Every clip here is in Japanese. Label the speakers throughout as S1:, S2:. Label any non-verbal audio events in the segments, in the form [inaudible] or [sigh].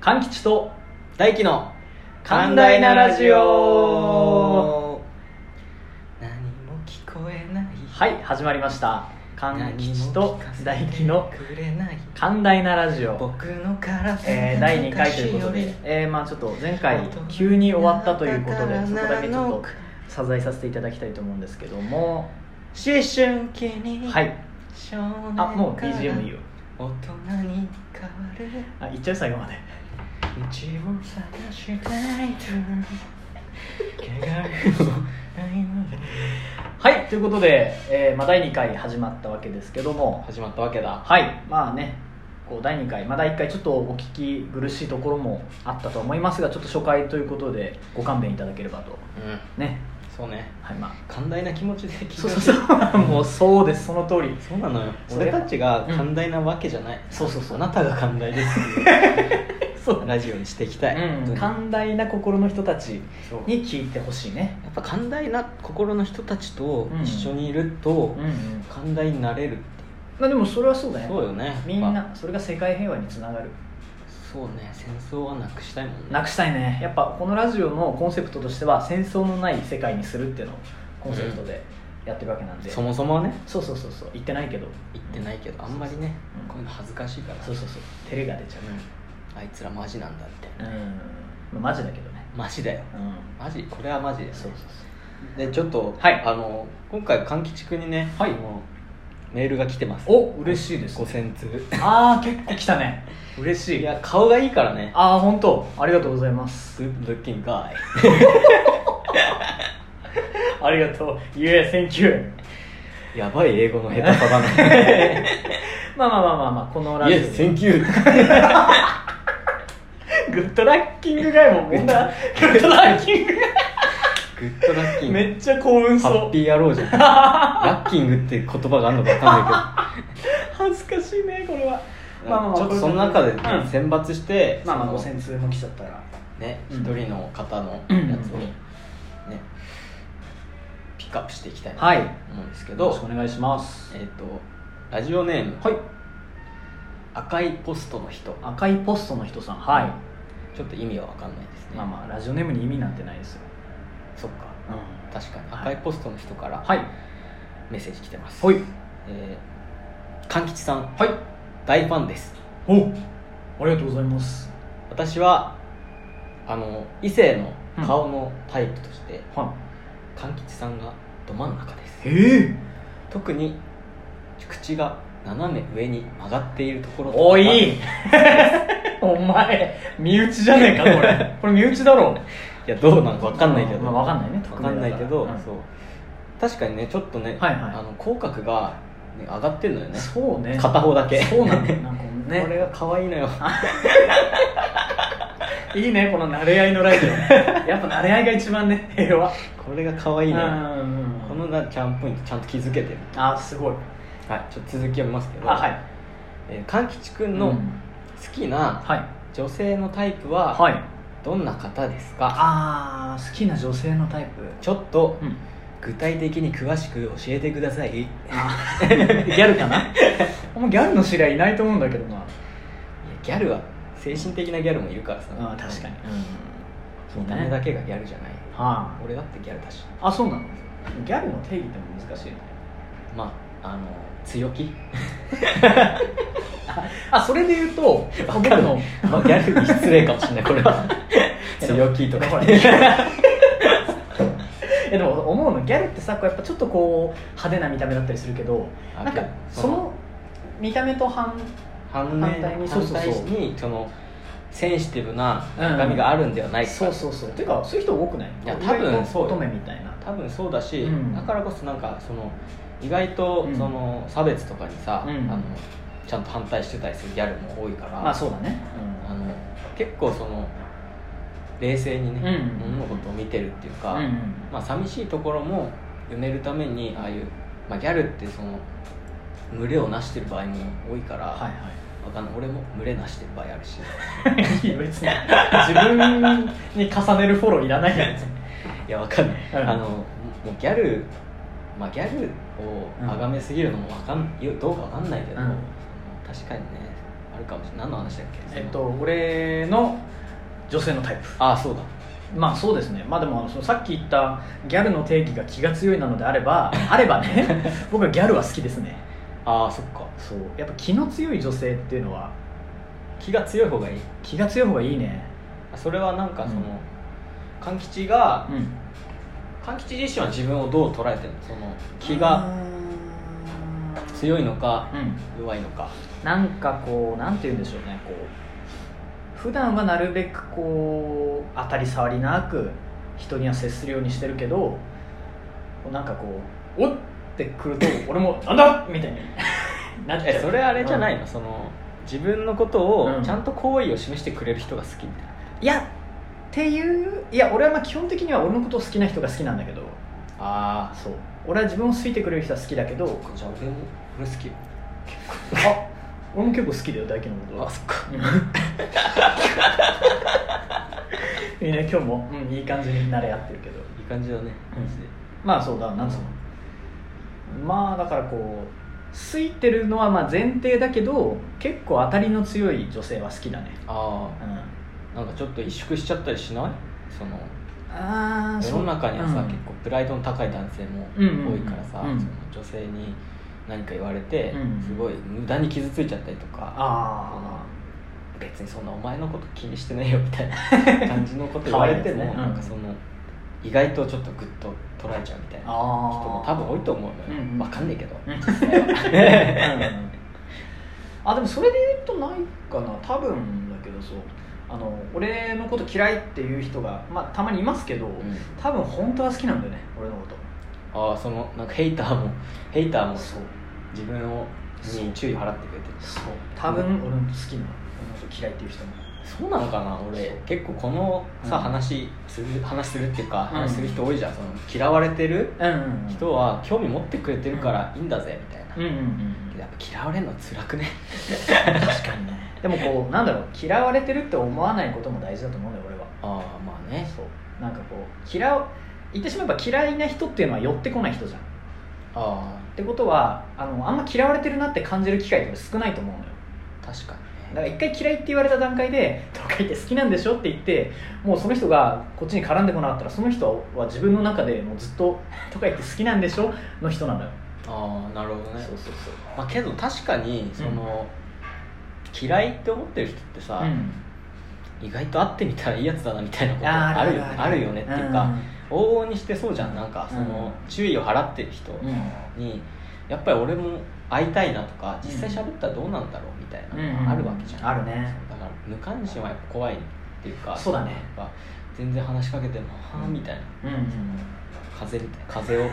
S1: 勘吉と
S2: 大輝の
S1: 寛大なラジオ
S2: 何も聞こえない
S1: はい始まりました勘吉と大輝の
S2: くれない
S1: 寛大なラジオ、
S2: 僕の体
S1: えー第2回ということで、えーまあ、ちょっと前回急に終わったということでそこだけちょっと謝罪させていただきたいと思うんですけども
S2: 思春期に
S1: はい
S2: 少年
S1: あもう BGM いいよ
S2: 大人に変わる
S1: あいっちゃう最後まで
S2: 道を探した
S1: [laughs]
S2: いと願いをないまま
S1: はいということで、えーまあ、第2回始まったわけですけども
S2: 始まったわけだ
S1: はいまあねこう第2回、まあ、第1回ちょっとお聞き苦しいところもあったと思いますがちょっと初回ということでご勘弁いただければと
S2: うん
S1: ね
S2: そうね
S1: はいまあ
S2: 寛大な気持ちで聞いて
S1: そうそうそう [laughs] もうそうですその通り
S2: そうなのよ
S1: それ
S2: 俺たちが寛大なわけじゃない、
S1: そうそうそ
S2: あ
S1: う
S2: なたが寛大です
S1: そう
S2: ラジオにしていきたい、本
S1: う
S2: 当
S1: ん
S2: に
S1: 寛大な心の人たち
S2: そうや
S1: に聞いてほしいね
S2: っぱ寛大な心の人たちと
S1: うん
S2: 一緒にいると
S1: うん、うん
S2: 寛大になれるって
S1: まあ、でもそれはそうだね
S2: そうよね
S1: みん
S2: やっぱ
S1: なそれが世界平和につながる
S2: そうね戦争はなくしたいもんね
S1: なくしたいねやっぱこのラジオのコンセプトとしては戦争のない世界にするっていうのをコンセプトでやってるわけなんで、
S2: そもそもはね
S1: そうそうそうそう言ってないけど
S2: 言ってないけどあんまりね
S1: うん
S2: こういうの恥ずかしいから
S1: そうそうそう照れが出ちゃ
S2: うんあいつらマジなんだって
S1: ううん、まあ、マジだけどね
S2: マジだよ
S1: うん
S2: マジこれはマジだよ
S1: そうそうそう
S2: でちょっと、
S1: はい
S2: あの今回柑吉くんにね、
S1: はい
S2: あのメールが来てます
S1: お嬉しいです
S2: 5000通
S1: ああ結構来たね嬉しい
S2: いや顔がいいからね
S1: ああ本当ありがとうございます
S2: グッドルッキングガイ
S1: ありがとう Yeah thank you
S2: やばい英語の下手さだね
S1: [laughs] まあまあまあまあまあこのラ
S2: イ
S1: ジ
S2: エスセンキュー
S1: グッドラッキングガイも問題グッドラッキングガ
S2: グッドラッキ
S1: イ
S2: ング
S1: めっちゃ幸運
S2: ハ
S1: そ
S2: ッ
S1: う
S2: ピー野
S1: [laughs]
S2: 郎じゃんラッキングって言葉があるのか分かんない
S1: 恥ずかしいねこれは [laughs]
S2: けどちょっとその中でね、選抜して、
S1: まあまあ
S2: その
S1: 5000通も来ちゃったら
S2: ね
S1: う
S2: 一
S1: ん
S2: 人の方のやつを
S1: う
S2: ね
S1: ん、
S2: ピックアップしていきたいな
S1: はい
S2: と思うんですけ
S1: よ
S2: ど、
S1: ろしくお願いします
S2: えっ、とラジオネーム
S1: はい
S2: 赤いポストの人
S1: 赤いポストの人さんはい
S2: ちょっと意味は分かんないですね、
S1: まあまあラジオネームに意味なんてないですよ
S2: そっか
S1: うん
S2: 確かに
S1: はい
S2: 赤いポストの人から
S1: はい
S2: メッセージ来てます、
S1: ほい
S2: えー、柑吉さん
S1: はい
S2: 大ファンです
S1: おありがとうございます
S2: 私はあの異性の顔のタイプとして、
S1: は
S2: 柑吉さんがど真ん中です
S1: いええ
S2: 特に口が斜め上に曲がっているところとか
S1: おい [laughs] お前身内じゃねえかこ
S2: [laughs]
S1: れこれ身内だろ
S2: いやどうなのか分かんないけど、
S1: まあ、わかんないね
S2: 分かんないけ
S1: 匿
S2: ど、
S1: 名だから
S2: そう確かにねちょっとね、
S1: はいはい
S2: あの口角が、ね、上がってるのよね
S1: そうね
S2: 片方だけ
S1: そうなんだ
S2: [laughs]
S1: よなんか
S2: こ
S1: ね
S2: れが可愛いのよ
S1: いいねこの慣れ合いの
S2: [laughs]
S1: ラジオやっぱ慣れ合いが一番ね平和
S2: これが可愛いのよ
S1: うんうんうん
S2: このなキャンポイントちゃんと気づけてる
S1: あすごい
S2: はいちょっと続き読みますけど
S1: あはい
S2: えー柑吉くん
S1: う
S2: の好
S1: ん
S2: きな
S1: はい
S2: 女性のタイプは
S1: はい
S2: どんな方ですか、
S1: あー好きな女性のタイプ
S2: ちょっと
S1: うん
S2: 具体的に詳しく教えてください
S1: あ [laughs] ギャルかな
S2: [laughs]
S1: あんまギャルの知り合いいないと思うんだけどない
S2: やギャルは精神的なギャルもいるからさ
S1: あ確かにそ
S2: 見た目だけがギャルじゃない
S1: は
S2: 俺だってギャルだし
S1: ああそうなのギャルの定義ってのも難しいよね
S2: まああの強気
S1: あそれで言うと
S2: わ
S1: 僕
S2: かん
S1: の
S2: ない、まあ、ギャルに失礼かもしれないこれ
S1: [laughs]
S2: は強気とか
S1: ほら
S2: ね
S1: [laughs] いやでも思うのギャルってさこうやっぱちょっとこう派手な見た目だったりするけど
S2: [laughs] あ
S1: なんかその見た目と反
S2: 反
S1: 反対
S2: 対
S1: に
S2: に
S1: そう
S2: 反
S1: そうそう
S2: 対にそのセンシティブな中身があるんではないか、
S1: そうそうそうっていうかそういう人多くない
S2: いや
S1: こう
S2: 多分
S1: 意外と
S2: そうよ
S1: 乙女みたいな
S2: 多分そうだし、
S1: うん
S2: だからこそなんかその意外と
S1: うん
S2: その差別とかにさ、
S1: うん
S2: あのちゃんと反対してたりするギャルも多いから、
S1: まあそうだね
S2: あの結構その冷静にね、
S1: うん
S2: 物事を見てるっていう
S1: う
S2: か、
S1: ん、うん
S2: まあ寂しいところも埋めるためにああいう、まあ、ギャルってその群れをなしてる場合も多いから、
S1: はい [laughs] は
S2: わかんない俺も群れなしてる場合あるし [laughs]
S1: いいや別に自分に重ねるフォローいらないやつ
S2: いやわかんない、
S1: うん
S2: あのもうギャルまあギャルを崇めすぎるのもわかん、よどうかわかんないけど、
S1: うん
S2: 確かにねあるかもしれない何の話だっ
S1: え
S2: け
S1: っと俺の女性のタイプ
S2: ああそうだ
S1: まあそうですねまあでもあのそのさっき言ったギャルの定義が気が強いなのであれ
S2: [laughs]
S1: ばあればね僕はギャルは好きですね
S2: ああそっか
S1: そうやっぱ気の強い女性っていうのは
S2: 気が強い方がいい
S1: 気が強い方がいいね
S2: それはなんかそ
S1: う
S2: の、
S1: ん
S2: 勘吉が
S1: うん
S2: 勘吉自身は自分をどう捉えてるのその気が強いのか
S1: うん
S2: 弱いのか
S1: なんかこうなんて言うんでしょうねこう普段はなるべくこう当たり障りなく人には接するようにしてるけどこうなんかこうおっってくると俺もなんだみたい
S2: [laughs]
S1: になっちゃ
S2: え
S1: う
S2: それあれじゃないの、
S1: うん
S2: その自分のことを
S1: うん
S2: ちゃんと好意を示してくれる人が好きみたいな、
S1: いやっていういや俺はまあ基本的には俺のことを好きな人が好きなんだけど
S2: ああ
S1: そう俺は自分を好いてくれる人は好きだけど
S2: じゃあ俺も俺好き
S1: あ俺も結構好きだよ大輝のこと
S2: あそっか
S1: うんいいね今日も、うん、いい感じに慣れ合ってるけど
S2: いい感じだね、
S1: うんまあそうだなんつうのまあだからこう好いてるのはまあ前提だけど結構当たりの強い女性は好きだね
S2: あ
S1: うん
S2: あなんかちょっと萎縮しちゃったりしないその
S1: あ
S2: 世の中にはさ、
S1: うん
S2: 結構プライドの高い男性も
S1: うんうんうん
S2: 多いからさ、
S1: うん
S2: その女性に何か言われて、
S1: うん
S2: すごい無駄に傷ついちゃったりとか
S1: あ
S2: 別にそんなお前のこと気にしてねえよみ
S1: [laughs]
S2: たいな感じのこと言われても、
S1: 可愛いですね
S2: なんかその意外とちょっとグッと捉えちゃうみたい
S1: ー
S2: な人も
S1: あ
S2: 多分多いと思うのよ、
S1: うんうん
S2: わかんないけど、
S1: うん実際はうんあでもそれで言うとないかな多分だけどそうあの俺のこと嫌いっていう人が、まあ、たまにいますけど、
S2: [laughs] うん
S1: 多分本当は好きなんだよね俺のこと
S2: ああそのなんかヘイターもヘイターも
S1: そう
S2: 自分をに注意払ってくれてる
S1: そう多分俺の好きな俺のこと嫌いっていう人も
S2: そうなのかな俺結構このさ、
S1: うん
S2: 話する話するっていうか
S1: うん
S2: 話する人多いじゃん、その嫌われてる
S1: うんうん
S2: 人は興味持ってくれてるからいいんだぜみたいな、
S1: うんうん
S2: けどやっぱ嫌われるの辛くね
S1: 確かにねでもこうなんだろう嫌われてるって思わないことも大事だと思うんだよ俺は
S2: ああまあね
S1: そうなんかこう嫌う言ってしまえば嫌いな人っていうのは寄ってこない人じゃんっ
S2: あ
S1: てことはあのあんま嫌われてるなって感じる機会って少ないと思うのよ
S2: あ確かに
S1: だか
S2: ね
S1: ら一回嫌いって言われた段階で「東海って好きなんでしょ?」って言ってもうその人がこっちに絡んでこなかったらその人は自分の中でもうずっと [laughs] 「東海って好きなんでしょ?」の人なのよ、
S2: ああなるほどね
S1: そうそうそう
S2: まあ、けど確かにその、嫌いって思ってる人ってさ、
S1: うん
S2: 意外と会ってみたらいいやつだなみたいなことあるよねあるよねっていうか、往々にしてそうじゃんなんかその注意を払ってる人
S1: うんうん
S2: にやっぱり俺も会いたいなとか実際喋ったらどうなんだろうみたいな
S1: うん
S2: の
S1: うん
S2: があるわけじゃん、
S1: あるね
S2: だから無関心はやっぱ怖いっていうか
S1: そうだね
S2: やっぱ全然話しかけてもはあみたいな
S1: うんうんうん
S2: 風みたいな風を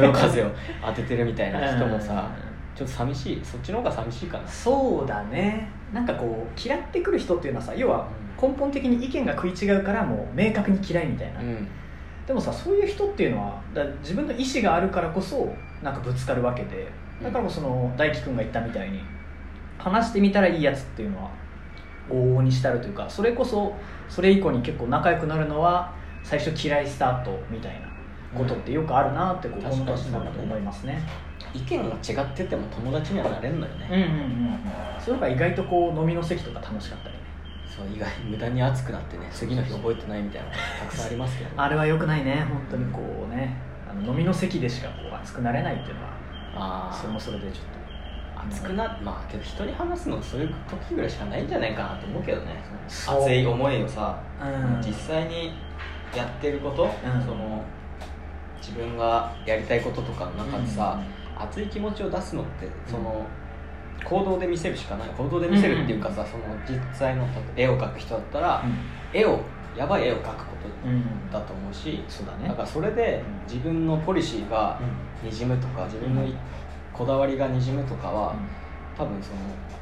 S1: [laughs]
S2: れを風を当ててるみたいな人もさ
S1: う
S2: ちょっと寂しいそっちの方が寂しいかなん
S1: そうだねなんかこう嫌ってくる人っていうのはさ要は根本的に意見が食い違うからもう明確に嫌いみたいな、
S2: うん
S1: でもさそういう人っていうのはだ自分の意思があるからこそなんかぶつかるわけでだからもうその大輝くんが言ったみたいに話してみたらいいやつっていうのは往々にしたるというかそれこそそれ以降に結構仲良くなるのは最初嫌いスタートみたいなことってよくあるなってこう
S2: うん
S1: 思ったしなと思いますね。
S2: 意見が違ってても友達にはなれんのよね、
S1: うんうんうん、そういうのが意外とこう飲みの席とか楽しかったりね
S2: そう意外に無駄に熱くなってね次の日覚えてないみたいなのがたくさんありますけど
S1: あれは良くないね本当にこうねあの飲みの席でしかこう熱くなれないっていうのは
S2: あー
S1: それもそれでちょっ
S2: 熱くなまあけど人に話すのそういう時ぐらいしかないんじゃないかなと思うけどね
S1: そう
S2: 熱い思いをさ、
S1: とうん
S2: 実際にやってること、
S1: うん
S2: その自分がやりたいこととかの中でさ、熱い気持ちを出すのってその、行動で見せるしかない行動で見せるっていうかさ、その実際の絵を描く人だったら、絵をやばい絵を描くこ
S1: うん、うん
S2: とだと思うし、
S1: そうだね
S2: なんかそれで
S1: うん
S2: 自分のポリシーがにじむとか自分のいこだわりがにじむとかは、
S1: うん
S2: 多分その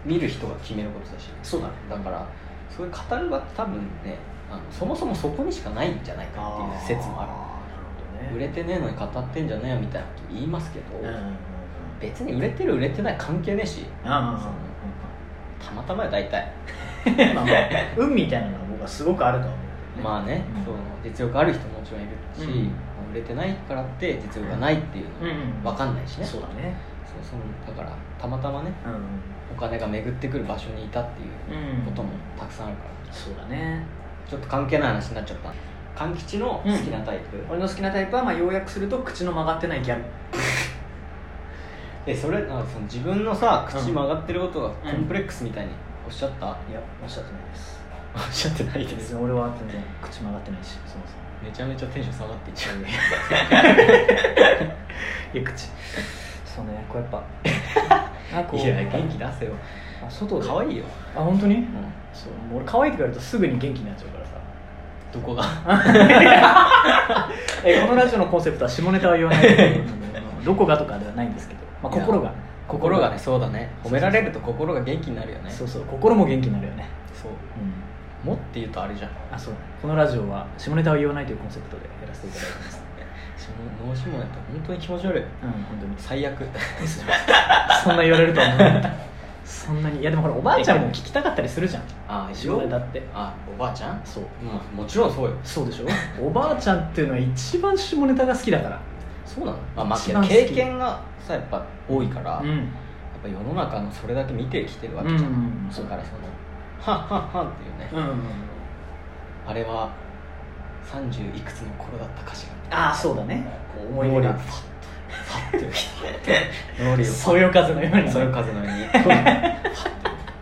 S2: 見る人が決めることだし
S1: そうだね
S2: だからそういう語る場って多分ねあのそもそもそこにしかないんじゃないかっていう説もあ
S1: あ
S2: る
S1: る
S2: 売れてねえのに語ってんじゃねえよみたいなこと言いますけど、
S1: うんうんうんうん
S2: 別に売れてる売れてない関係ねえし
S1: あ
S2: その
S1: あ
S2: たまたまよ大体
S1: まあまあ運みたいなのは僕はすごくあるとは思うけどね
S2: まあね、
S1: うん
S2: その実力ある人ももちろんいるし、
S1: うん
S2: 売れてないからって実力がないっていう
S1: うん
S2: の
S1: うん
S2: も分かんないしね、
S1: そうだね
S2: そうそのだからたまたまね
S1: うん
S2: お金が巡ってくる場所にいたっていう
S1: うん
S2: こともたくさんあるから
S1: そうだね
S2: ちょっと関係ない話になっちゃった勘吉の好きなタイプ、
S1: 俺の好きなタイプはまあ要約すると口の曲がってないギャル
S2: えそれなんかその自分のさ口曲がってることが
S1: うん
S2: コンプレックスみたいにおっしゃった、 [laughs] おっ
S1: いやおっしゃってないです
S2: しゃってない
S1: 別に俺は全然口曲がってないしそもそも
S2: めちゃめちゃテンション下がっていっちゃう [laughs]
S1: いや口そうねこうやっぱなんかこう
S2: いや元気出せよ
S1: あ外で
S2: 可愛いよ、
S1: あ本当にそうもう俺可愛いって言われるとすぐに元気になっちゃうからさ
S2: どこが
S1: えこのラジオのコンセプトは下ネタは言わないどこがとかではないんですけど、まあ、心が
S2: 心がねそうだね
S1: そ
S2: 褒
S1: うそうそう
S2: められると心が元気になるよね
S1: そうそう心も元気になるよね
S2: そう
S1: うん
S2: もって言うとあれじゃん
S1: あそうだねこのラジオは下ネタは言わないというコンセプトでやらせていただいてます
S2: その脳下ネタ本当に気持ち悪い
S1: うん本当に
S2: 最悪
S1: そんな言われるとは思わなかったそんなにいやでもほらおばあちゃんも聞きたかったりするじゃん
S2: [laughs] ああ
S1: 下ネタって
S2: あおばあちゃん
S1: そう
S2: うんもちろんそうよ
S1: そうでしょおばあちゃんっていうのは一番下ネタが好きだから
S2: そうなのまあまあ
S1: 一
S2: け
S1: 番
S2: ど
S1: 好き
S2: 経験がさやっぱ多いから、
S1: う
S2: やっ
S1: ん
S2: ぱ世の中のそれだけ見てきてるわけ
S1: うん
S2: じ
S1: う
S2: ゃん、
S1: ん
S2: だからその「はっはっは」っていうね、
S1: うん
S2: あれは30いくつの頃だったかしら
S1: ああそうだねこう思い出
S2: 脳裏
S1: が
S2: をファッとファッと吹いて脳裏を
S1: そよ風のように
S2: そよ
S1: はい
S2: 風のようにファッと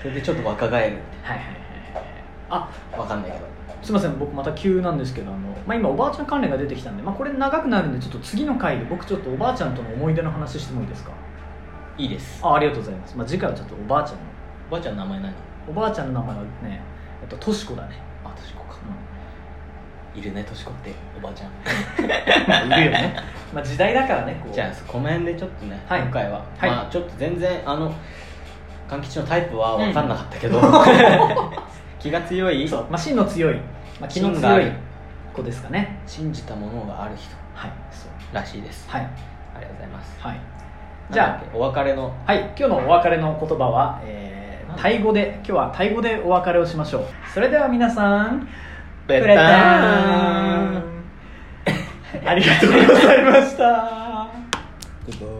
S2: それでちょっと若返るみ
S1: はいはいはいあ
S2: たいなわかんないけど
S1: すいません僕また急なんですけどあの、まあ、今おばあちゃん関連が出てきたんで、まあ、これ長くなるんでちょっと次の回で僕ちょっとおばあちゃんとの思い出の話してもいいですか
S2: いいです
S1: あありがとうございます、まあ、次回はちょっとおばあちゃんの
S2: おばあちゃんの名前何
S1: おばあちゃんの名前はねえっととしこだね、
S2: あとしこか
S1: う
S2: いるねとしこっておばあちゃん
S1: ん、 [laughs] まあいるよね、 [laughs] まあ、時代だからねこう
S2: じゃあこの辺でちょっとね、
S1: はい
S2: 今回は、
S1: はい
S2: まあちょっと全然あの柑吉のタイプは分かんなかったけど、 [laughs] 気が強い
S1: そう、まあ、芯の強い、まあ、気の
S2: 芯があ
S1: 強い
S2: る
S1: 子ですかね
S2: 信じたものがある人
S1: はいそう
S2: らしいです、
S1: はい
S2: ありがとうございます
S1: はいじ
S2: じ
S1: ゃあ
S2: ゃあお別れの
S1: はい、今日のお別れの言葉は、えータイ語で今日はタイ語でお別れをしましょうそれでは皆さん
S2: ベ
S1: プレタ [laughs] ンありがとうございました
S2: グッド